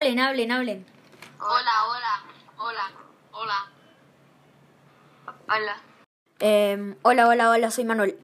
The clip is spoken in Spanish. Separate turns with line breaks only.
Hablen, hablen, hablen.
Hola, hola, hola, hola. Hola.
Eh, Em, hola, hola, hola, soy Manuel.